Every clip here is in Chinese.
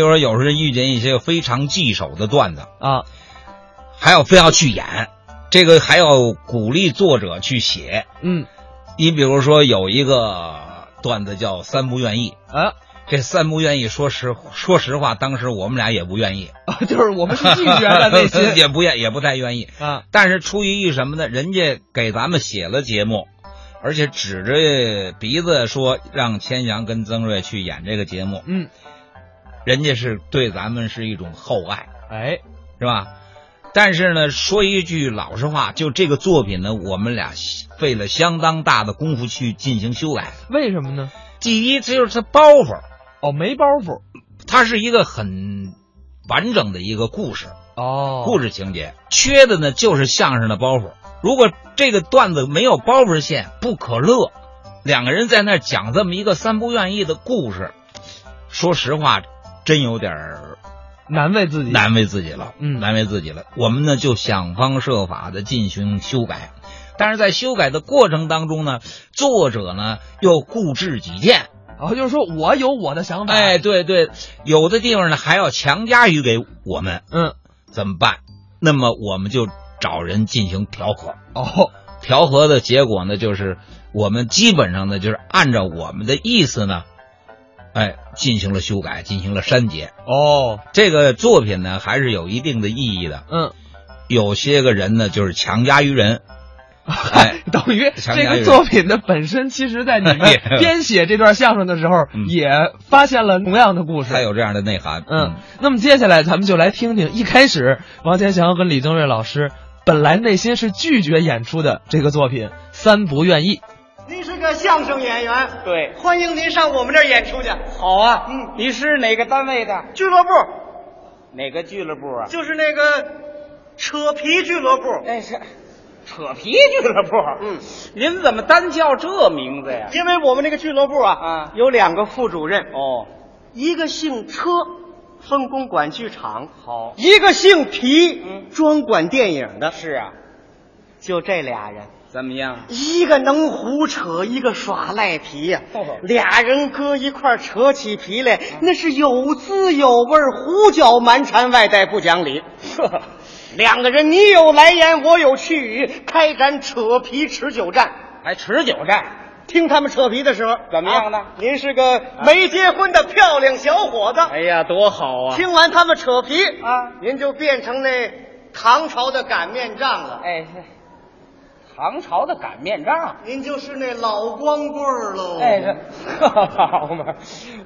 就是有时候遇见一些非常棘手的段子，啊，还要非要去演，这个还要鼓励作者去写。嗯，你比如说有一个段子叫“三不愿意啊，”， 这三不愿意，说实说实话，当时我们俩也不愿意，就是我们是拒绝的内 心也不愿也不太愿意。啊，但是出于一什么呢？人家给咱们写了节目，而且指着鼻子说让千祥跟曾瑞去演这个节目，嗯，人家是对咱们是一种厚爱。哎，是吧？但是呢，说一句老实话，就这个作品呢，我们俩费了相当大的功夫去进行修改。为什么呢？第一，这就是它包袱，哦，没包袱它是一个很完整的一个故事，哦，故事情节缺的呢就是相声的包袱。如果这个段子没有包袱线，不可乐。两个人在那儿讲这么一个三不愿意的故事，说实话，真有点儿难为自己，难为自己了，嗯难为自己了。我们呢就想方设法的进行修改，但是在修改的过程当中呢，作者呢又固执己见，哦，就是说我有我的想法，哎，，对对，有的地方呢还要强加于给我们，嗯，怎么办？那么我们就找人进行调和，哦，调和的结果呢就是我们基本上呢就是按照我们的意思呢，哎，进行了修改，进行了删节。哦，这个作品呢还是有一定的意义的。嗯，有些个人呢，就是强加于人，哎 等于想这想个有作品的本身，其实在你们也编写这段相声的时候，哎嗯也发现了同样的故事，才有这样的内涵。嗯，那么接下来咱们就来听听一开始王千祥跟李增瑞老师本来内心是拒绝演出的这个作品《三不愿意》。您是个相声演员，对，欢迎您上我们这儿演出去。好啊，嗯你是哪个单位的？俱乐部哪个俱乐部啊？就是那个扯皮俱乐部，哎是，扯皮俱乐部。嗯，您怎么单叫这名字呀？因为我们那个俱乐部啊，啊有两个副主任，哦，一个姓车，分公管剧场；好，一个姓皮，嗯专管电影的。是啊，就这俩人，怎么样？一个能胡扯，一个耍赖皮呀、哦嗯俩人搁一块儿扯起皮来，那是有滋有味儿，胡搅蛮缠，外带不讲 理。呵，两个人你有来言，我有去语，开展扯皮持久战。还持久战？听他们扯皮的时候，怎么样呢啊您是个没结婚的漂亮小伙子。哎呀，多好啊！听完他们扯皮啊您就变成那唐朝的擀面杖了，哎，是唐朝的擀面杖。您就是那老光棍儿喽。哎，是好嘛，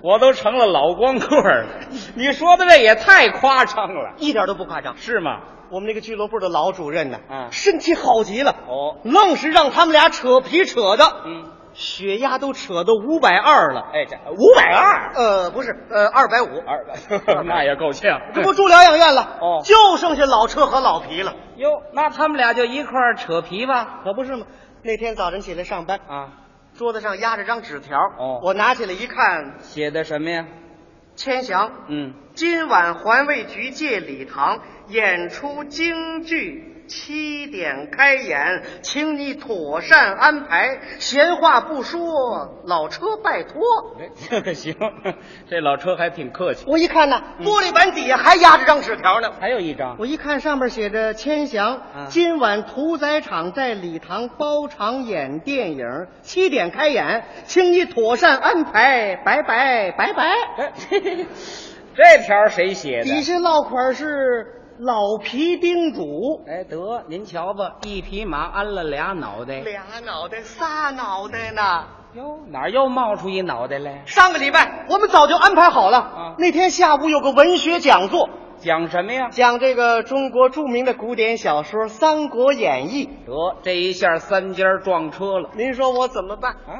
我都成了老光棍儿了。你说的这也太夸张了，一点都不夸张。是吗？我们那个俱乐部的老主任呢，嗯身体好极了，哦愣是让他们俩扯皮扯的，嗯，血压都扯到五百二了。哎，这五百二。呃，不是，呃，二百五。二 百，那也够呛。这不住疗养院了，哦就剩下老车和老皮了，哟，那他们俩就一块儿扯皮吧？可不是吗？那天早晨起来上班，啊，桌子上压着张纸条，哦我拿起来一看，写的什么呀？千祥，嗯，今晚环卫局借礼堂演出京剧，七点开演，请你妥善安排。闲话不说，老车拜托。哎 行，这老车还挺客气。我一看呢，嗯玻璃板底下还压着张纸条 呢。还有一张，我一看上面写着“千祥，啊今晚屠宰场在礼堂包场演电影，七点开演，请你妥善安排，拜拜拜拜。这哎这条谁写”的？底下落款是老皮叮嘱，哎，得您瞧吧，一匹马安了俩脑袋。俩脑袋仨脑袋呢。哟，哪儿又冒出一脑袋来？上个礼拜我们早就安排好了，啊那天下午有个文学讲座，讲什么呀？讲这个中国著名的古典小说《三国演义》。得，这一下三家撞车了您说我怎么办？啊！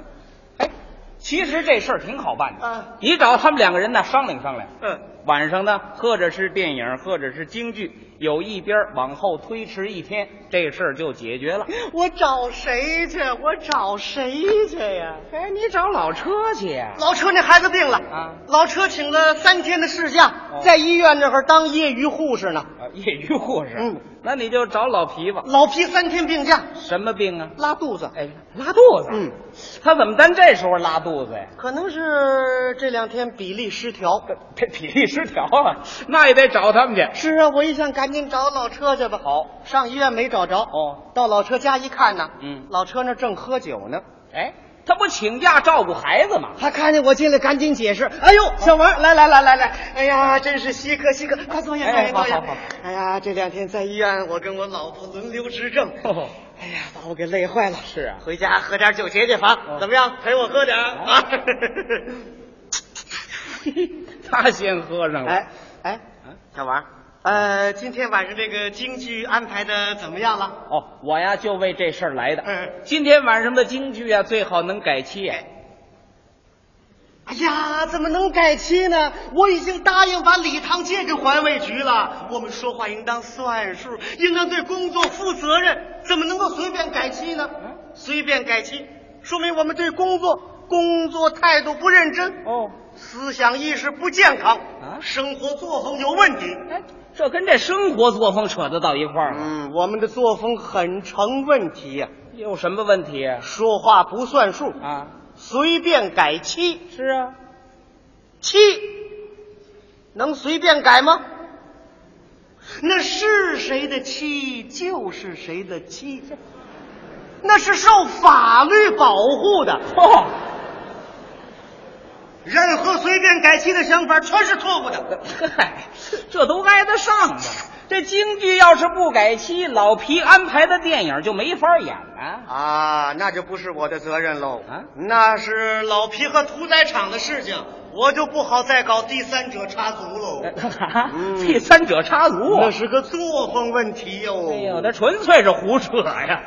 哎，其实这事儿挺好办的。啊你找他们两个人呢商量商量。嗯，晚上呢，或者是电影，或者是京剧，有一边儿往后推迟一天，这事儿就解决了。我找谁去？我找谁去呀？哎，你找老车去呀、老车那孩子病了啊老车请了三天的事假，哦在医院那会儿当业余护士呢。哎业余护士。嗯，那你就找老皮吧。老皮三天病假，什么病啊？拉肚子，哎，拉肚子。嗯，他怎么咱这时候拉肚子呀？可能是这两天比例失调。这体力失调啊，那也得找他们去。是啊，我一想赶紧找老车去吧。好，上医院没找着。哦，到老车家一看呢，嗯老车那正喝酒呢。哎，他不请假照顾孩子吗？他看见我进来，赶紧解释。哎呦，哦小王，来来来来来，哎呀，真是稀客稀客，快坐下，哎快点好坐下好好。哎呀，这两天在医院，我跟我老婆轮流执政，哦哎呀，把我给累坏了。是啊哦回家喝点酒解解乏，怎么样？陪我喝点儿 啊？他先喝上了。哎哎，小王，呃，今天晚上这个京剧安排的怎么样 了？哦，我呀就为这事儿来的。嗯今天晚上的京剧啊，最好能改期。哎呀，怎么能改期呢？我已经答应把礼堂借给环卫局了。我们说话应当算数，应当对工作负责任，怎么能够随便改期呢？嗯随便改期，说明我们对工作工作态度不认真，哦，思想意识不健康，啊生活作风有问题。哎，这跟这生活作风扯得到一块儿了，嗯，我们的作风很成问题呀、有什么问题啊？说话不算数，啊，随便改期。是啊，七，能随便改吗？那是谁的妻就是谁的妻，那是受法律保护的。哦，任何随便改妻的想法全是错误的。嗨，这都挨得上吗？这京剧要是不改期，老皮安排的电影就没法演了。啊，那就不是我的责任喽。啊那是老皮和屠宰场的事情，我就不好再搞第三者插足喽。啊 嗯第三者插足，啊那是个作风问题哟。哎呦，那纯粹是胡扯呀！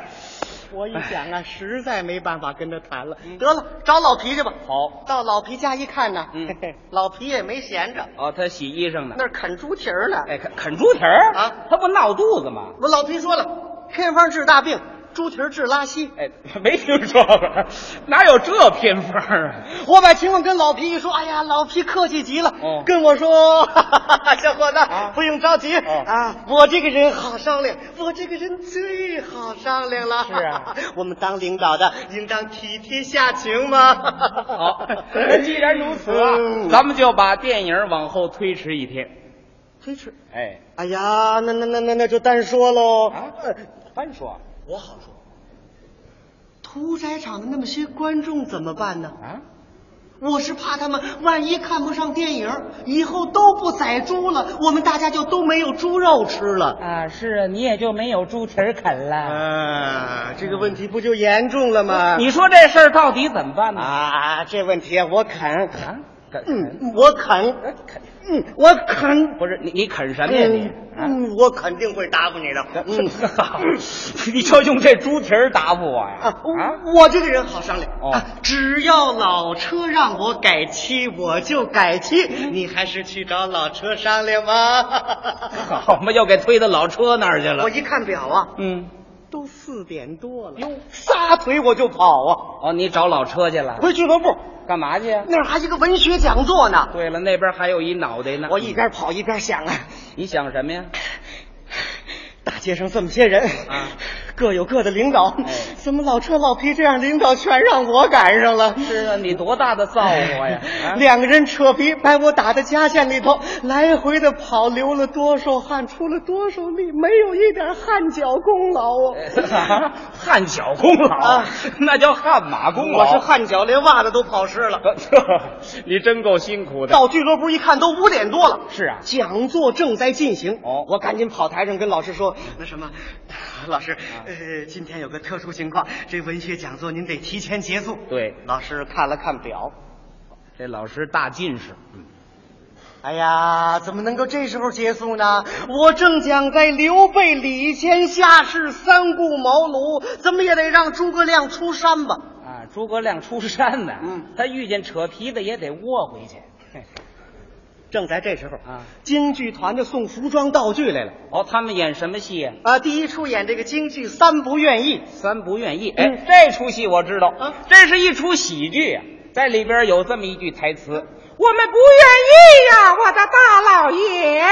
我一想哎啊，实在没办法跟他谈了，得了，找老皮去吧。嗯好，到老皮家一看呢，嗯嘿嘿老皮也没闲着，哦，他洗衣裳呢那。儿啃猪蹄儿呢。哎，啃啃猪蹄儿啊他不闹肚子吗？我老皮说了，偏方治大病，猪蹄儿治拉稀。哎，没听说过， 哪有这偏方 啊？我把情况跟老皮一说，哎呀，老皮客气极了，哦跟我说， 哈哈哈小伙子、啊不用着急、哦啊，我这个人好商量，我这个人最好商量了。是啊， 我们当领导的应当体贴下情嘛。好好，既然如此啊，嗯咱们就把电影往后推迟一天。推迟。哎，哎呀，那那那那那就单说喽。啊呃，翻说我好说。屠宰场的那么些观众怎么办呢？啊，我是怕他们万一看不上电影，以后都不宰猪了，我们大家就都没有猪肉吃了。啊，是啊，你也就没有猪蹄儿啃了。啊，这个问题不就严重了吗？你说这事儿到底怎么办呢？啊，这问题啊我肯，啊，啃啃嗯，我肯，哎啃，嗯，我肯， 不是你你啃什么呀你嗯？啊，嗯，我肯定会答复你的。 嗯。 你就用这猪蹄儿答复我呀？啊，我我这个人好商量、哦啊，只要老车让我改期，我就改期。嗯你还是去找老车商量吧。 好嘛，啊又给推到老车那儿去了我。一看表啊，嗯，都四点多了，哟撒腿我就跑啊哦，你找老车去了啊，？回俱乐部干嘛去呀？那儿还一个文学讲座呢。对了，那边还有一脑袋呢。我一边跑一边想啊，你想什么呀？大街上这么些人啊，各有各的领导哎，怎么老车老皮这样领导全让我赶上了？是啊，你多大的造 化呀！啊两个人扯皮，把我打到夹线里头，来回的跑，流了多少汗，出了多少力，没有一点汗脚功劳啊！啊汗脚功劳啊， 那叫汗马功劳。 我是汗脚，连袜子都跑湿呃了。汗，你真够辛苦的。到俱乐部一看，都五点多了。是啊讲座正在进行。哦我赶紧跑台上跟老师说，那什么，老师，呃，今天有个特殊情况，这文学讲座您得提前结束。对老师看了看表，这老师大近视，哎呀，怎么能够这时候结束呢？我正想在刘备、李谦下士三顾茅庐，怎么也得让诸葛亮出山吧？啊，诸葛亮出山呢。嗯他遇见扯皮的也得窝回去。嘿正在这时候啊，京剧团的送服装道具来了。哦，他们演什么戏呀？啊，第一出演这个京剧《三不愿意》，三不愿意。嗯哎，这出戏我知道啊，这是一出喜剧啊，在里边有这么一句台词：“我们不愿意呀，我的大老爷呀，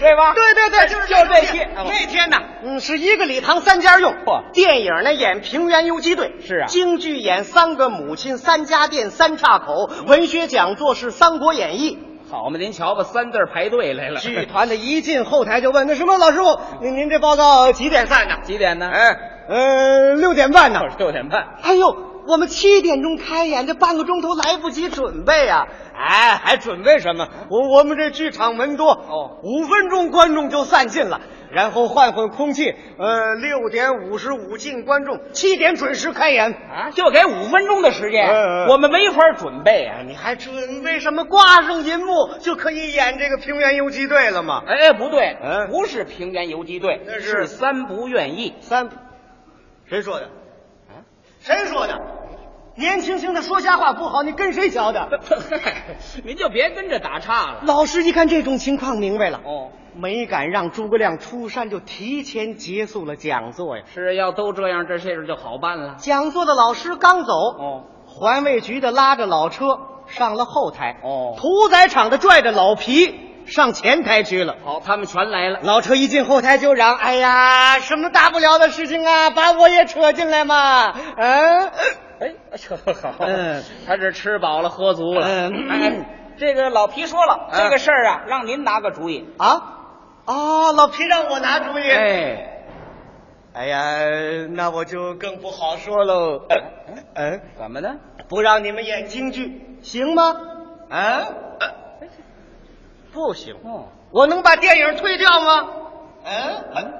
对吧？”哎对对对，嗯就是就这天天，那天呢？嗯，是一个礼堂三家用。嚯电影呢演平原游击队，是啊京剧演三个母亲、三家店、三岔口，文学讲座是《三国演义好嘛，您瞧吧，三字儿排队来》。了。剧团的一进后台就问：“那什么老师傅，您您这报告几点散呢？” 几点呢？哎，呃，六点半呢。 六点半。哎呦，我们七点钟开演，这半个钟头来不及准备啊！哎，还准备什么？我我们这剧场门多哦五分钟观众就散尽了，然后换换空气。呃，六点五十五进观众，七点准时开演。啊，就给五分钟的时间，嗯嗯我们没法准备啊！你还准备什么？挂上银幕就可以演这个平原游击队了吗？哎，不对，嗯不是平原游击队，那是是三不愿意。 三，谁说的？啊谁说的？年轻轻的说瞎话不好，你跟谁学的？您就别跟着打岔了。老师一看这种情况，明白了。哦，没敢让诸葛亮出山，就提前结束了讲座呀。是要都这样，这事儿就好办了。讲座的老师刚走，哦，环卫局的拉着老车上了后台，哦屠宰场的拽着老皮上前台去了。好，他们全来了。老车一进后台就嚷：“哎呀，什么大不了的事情啊，把我也扯进来嘛！”嗯，哎，这好，嗯他这吃饱了，喝足了。嗯哎这个老皮说了，嗯这个事儿啊，让您拿个主意。啊，哦，老皮让我拿主意。哎，哎呀，那我就更不好说喽。嗯，怎么呢？不让你们演京剧，行吗？啊，不行，哦，我能把电影退掉吗？嗯、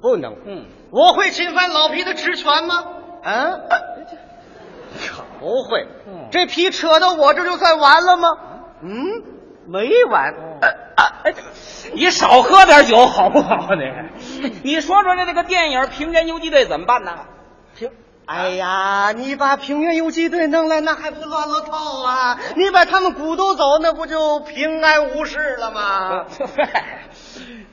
不能。嗯，我会侵犯老皮的职权吗？嗯、不会嗯。这皮扯到我这就算完了吗？嗯，没完。哎，你少喝点酒好不好？你，你说说这这个电影《平原游击队》怎么办呢？平，哎呀，你把平原游击队弄来，那还不乱了套啊？你把他们鼓捣走，那不就平安无事了吗？啊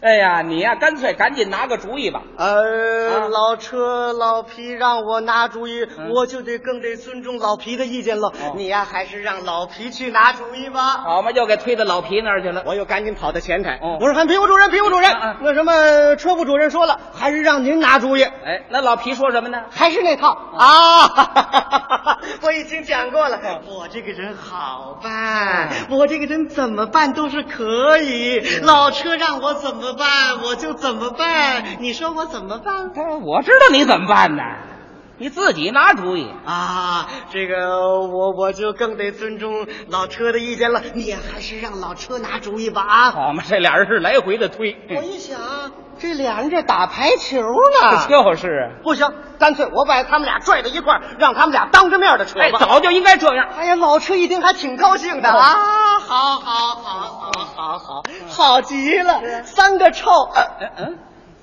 哎呀，你呀、干脆赶紧拿个主意吧。啊呃，老车老皮让我拿主意，嗯我就得更得尊重老皮的意见了。哦你呀，还是让老皮去拿主意吧。好嘛，又给推到老皮那儿去了。我又赶紧跑到前台，哦我说：“喊皮务主任，皮务主任嗯嗯，那什么车副主任说了，还是让您拿主意。”哎，那老皮说什么呢？还是那套啊！我已经讲过了，我这个人好办，我这个人怎么办都是可以。老车让我怎么办，我就怎么办。你说我怎么办？他说：“哦我知道你怎么办呢，你自己拿主意。啊，这个我我就更得尊重老车的意见了。你还是让老车拿主意吧啊！好嘛，这俩人是来回的推，我一想，这俩人这打排球呢，就是啊不行，干脆我把他们俩拽到一块儿，让他们俩当着面的扯哎，吧。早就应该这样。哎呀，老车一听还挺高兴的啊！好好好好好好，好极了！三个臭嗯嗯，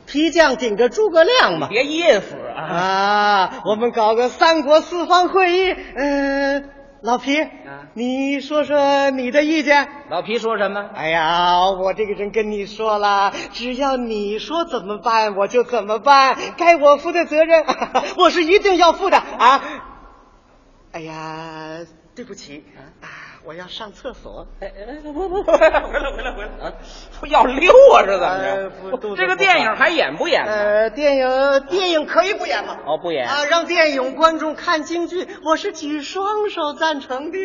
皮匠顶着诸葛亮嘛别噎死啊！啊！我们搞个三国四方会议，嗯、老皮啊，你说说你的意见。老皮说什么？哎呀，我这个人跟你说了，只要你说怎么办，我就怎么办。该我负的责任， 我是一定要负的啊！哎呀，对不起啊，我要上厕所。哎哎，不不不，回来回来回来回来！要溜啊，是怎呃么不着？肚子这个不电影好还演不演呢？呃，电影电影可以不演吗？哦，不演。啊，让电影观众看京剧，我是举双手赞成 的。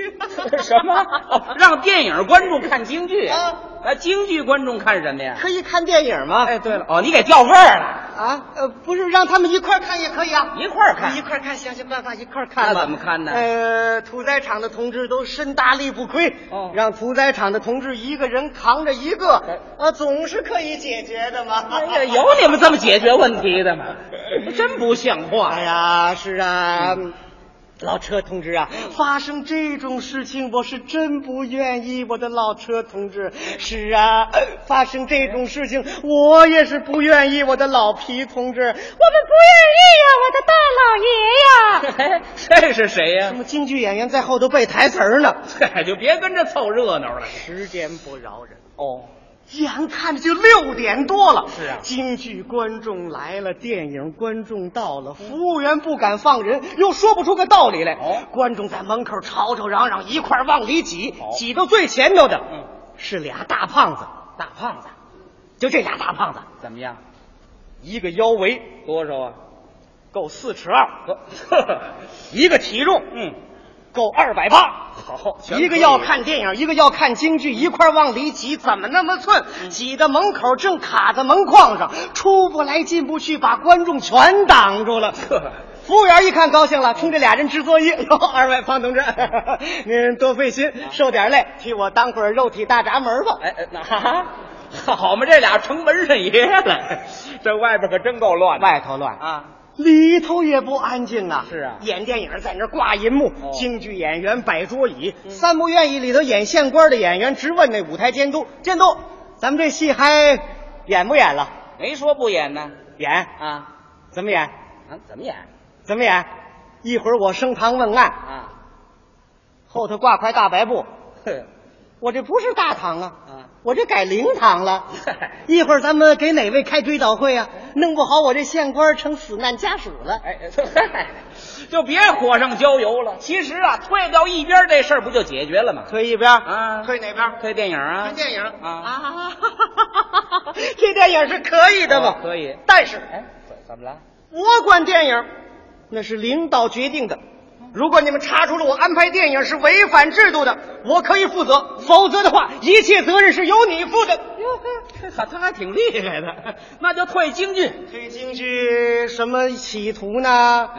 什么？哦让电影观众看京剧啊？那京剧观众看什么呀？可以看电影吗？哎，对了，哦，你给掉份儿了。啊，呃，不是，让他们一块儿看也可以啊，一块儿看一块儿看，想想办法一块儿看吧。那怎么看呢呃，屠宰场的同志都身大力不亏，哦让屠宰场的同志一个人扛着一个哎，呃，总是可以解决的嘛。哎呀，有你们这么解决问题 的吗？真不像话！ 哎呀，是啊。嗯老车同志啊，发生这种事情我是真不愿意，我的老车同志。是啊，发生这种事情我也是不愿意，我的老皮同志。我们不愿啊意呀、我的大老爷呀、 哎，这是谁呀 什、么京剧演员在后头背台词儿呢？嗨，就别跟着凑热闹了。时间不饶人。哦，眼看着就六点多了，是啊京剧观众来了，电影观众到了，服务员不敢放人，又说不出个道理来。哦观众在门口吵吵嚷嚷，一块儿往里挤好，挤到最前头的，嗯是俩大胖子。大胖子，就这俩大胖子，怎么样？一个腰围多少啊？够四尺二，呵，一个体重嗯，够二百八。好，全一个可以要看电影，一个要看京剧，一块儿往里挤，怎么那么寸？嗯挤到门口，正卡在门框上，出不来进不去，把观众全挡住了。 服务员一看高兴了，听这俩人之所以，哟，二位胖同志， 您多费心，受点累，替我当会儿肉体大闸门吧。哎哎，那哈哈，好嘛，这俩成门神爷了，这外边可真够乱的。外头乱啊，里头也不安静啊！是啊演电影在那儿挂银幕，哦嗯京剧演员摆桌椅，三不愿意里头演县官的演员直问那舞台监督：“监督，咱们这戏还演不演了？没说不演呢。演啊怎么演？啊，怎么演怎么演？一会儿我升堂问案，啊？后头挂块大白布，哼我这不是大堂啊， 啊，我这改灵堂 了。一会儿咱们给哪位开追悼会啊？弄不好我这县官成死难家属了。哎， 嗨，就别火上浇油了。其实啊，退到一边这事儿不就解决了吗？推一边儿啊推哪边儿？推电影啊看，电影啊啊， 这电影是可以的吧？哦可以但是哎，怎怎么了？我管电影，那是领导决定的。如果你们查出了我安排电影是违反制度的，我可以负责；否则的话，一切责任是由你负的。哟呵，他他还挺厉害的，那就退京剧。这京剧什么企图呢？啊，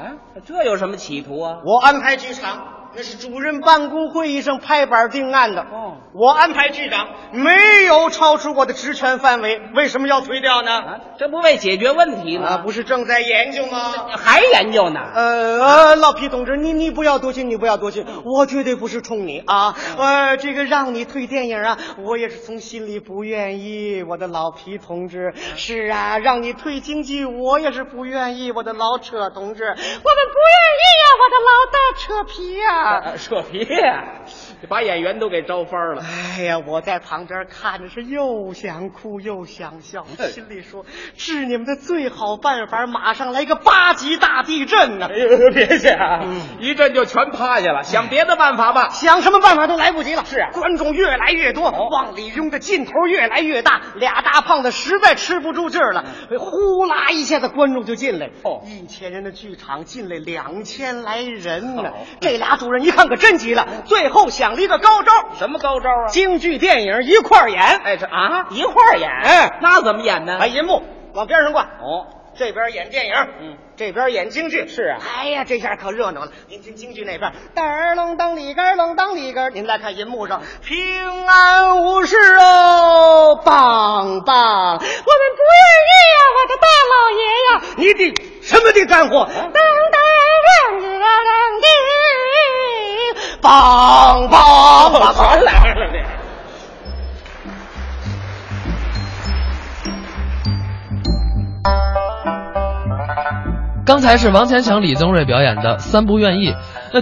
这有什么企图啊？我安排剧场，那是主任办公会议上拍板定案的。哦我安排剧长，没有超出我的职权范围，为什么要推掉呢？啊，这不为解决问题吗？啊，不是正在研究吗？还研究呢？呃呃，老皮同志，你你不要多心，你不要多心，我绝对不是冲你啊。呃，这个让你退电影啊，我也是从心里不愿意，我的老皮同志。是啊，让你退经济，我也是不愿意，我的老扯同志。我们不愿意呀、我的老大扯皮呀、啊扯皮呀、把演员都给招翻了。 哎呀，我在旁边看着是又想哭又想笑，心里说治你们的最好办法，马上来个八级大地震呢、哎呦，别去啊！一阵就全趴下了，想别的办法吧。想什么办法都来不及了。是啊观众越来越多，往里拥的劲头越来越大，俩大胖子实在吃不住劲儿了，呼啦一下子观众就进来。哦一千人的剧场进来两千来人呢好。这俩主任一看可真急了，最后想了一个高招，什么高招啊？京剧电影一块儿演，哎，这啊，一块儿演，哎那怎么演呢？把，银幕往边上挂。哦，这边演电影，嗯，这边演京剧，是啊哎呀，这下可热闹了。您听京剧那边，当儿啷当里杆儿啷当里杆儿，您再看银幕上，平安无事哦，棒棒！我们不愿意呀、我的大老爷呀，你得什么得干活，当当亮亮亮的，棒棒棒棒！来了这。刚才是王千祥、李宗瑞表演的《三不愿意》，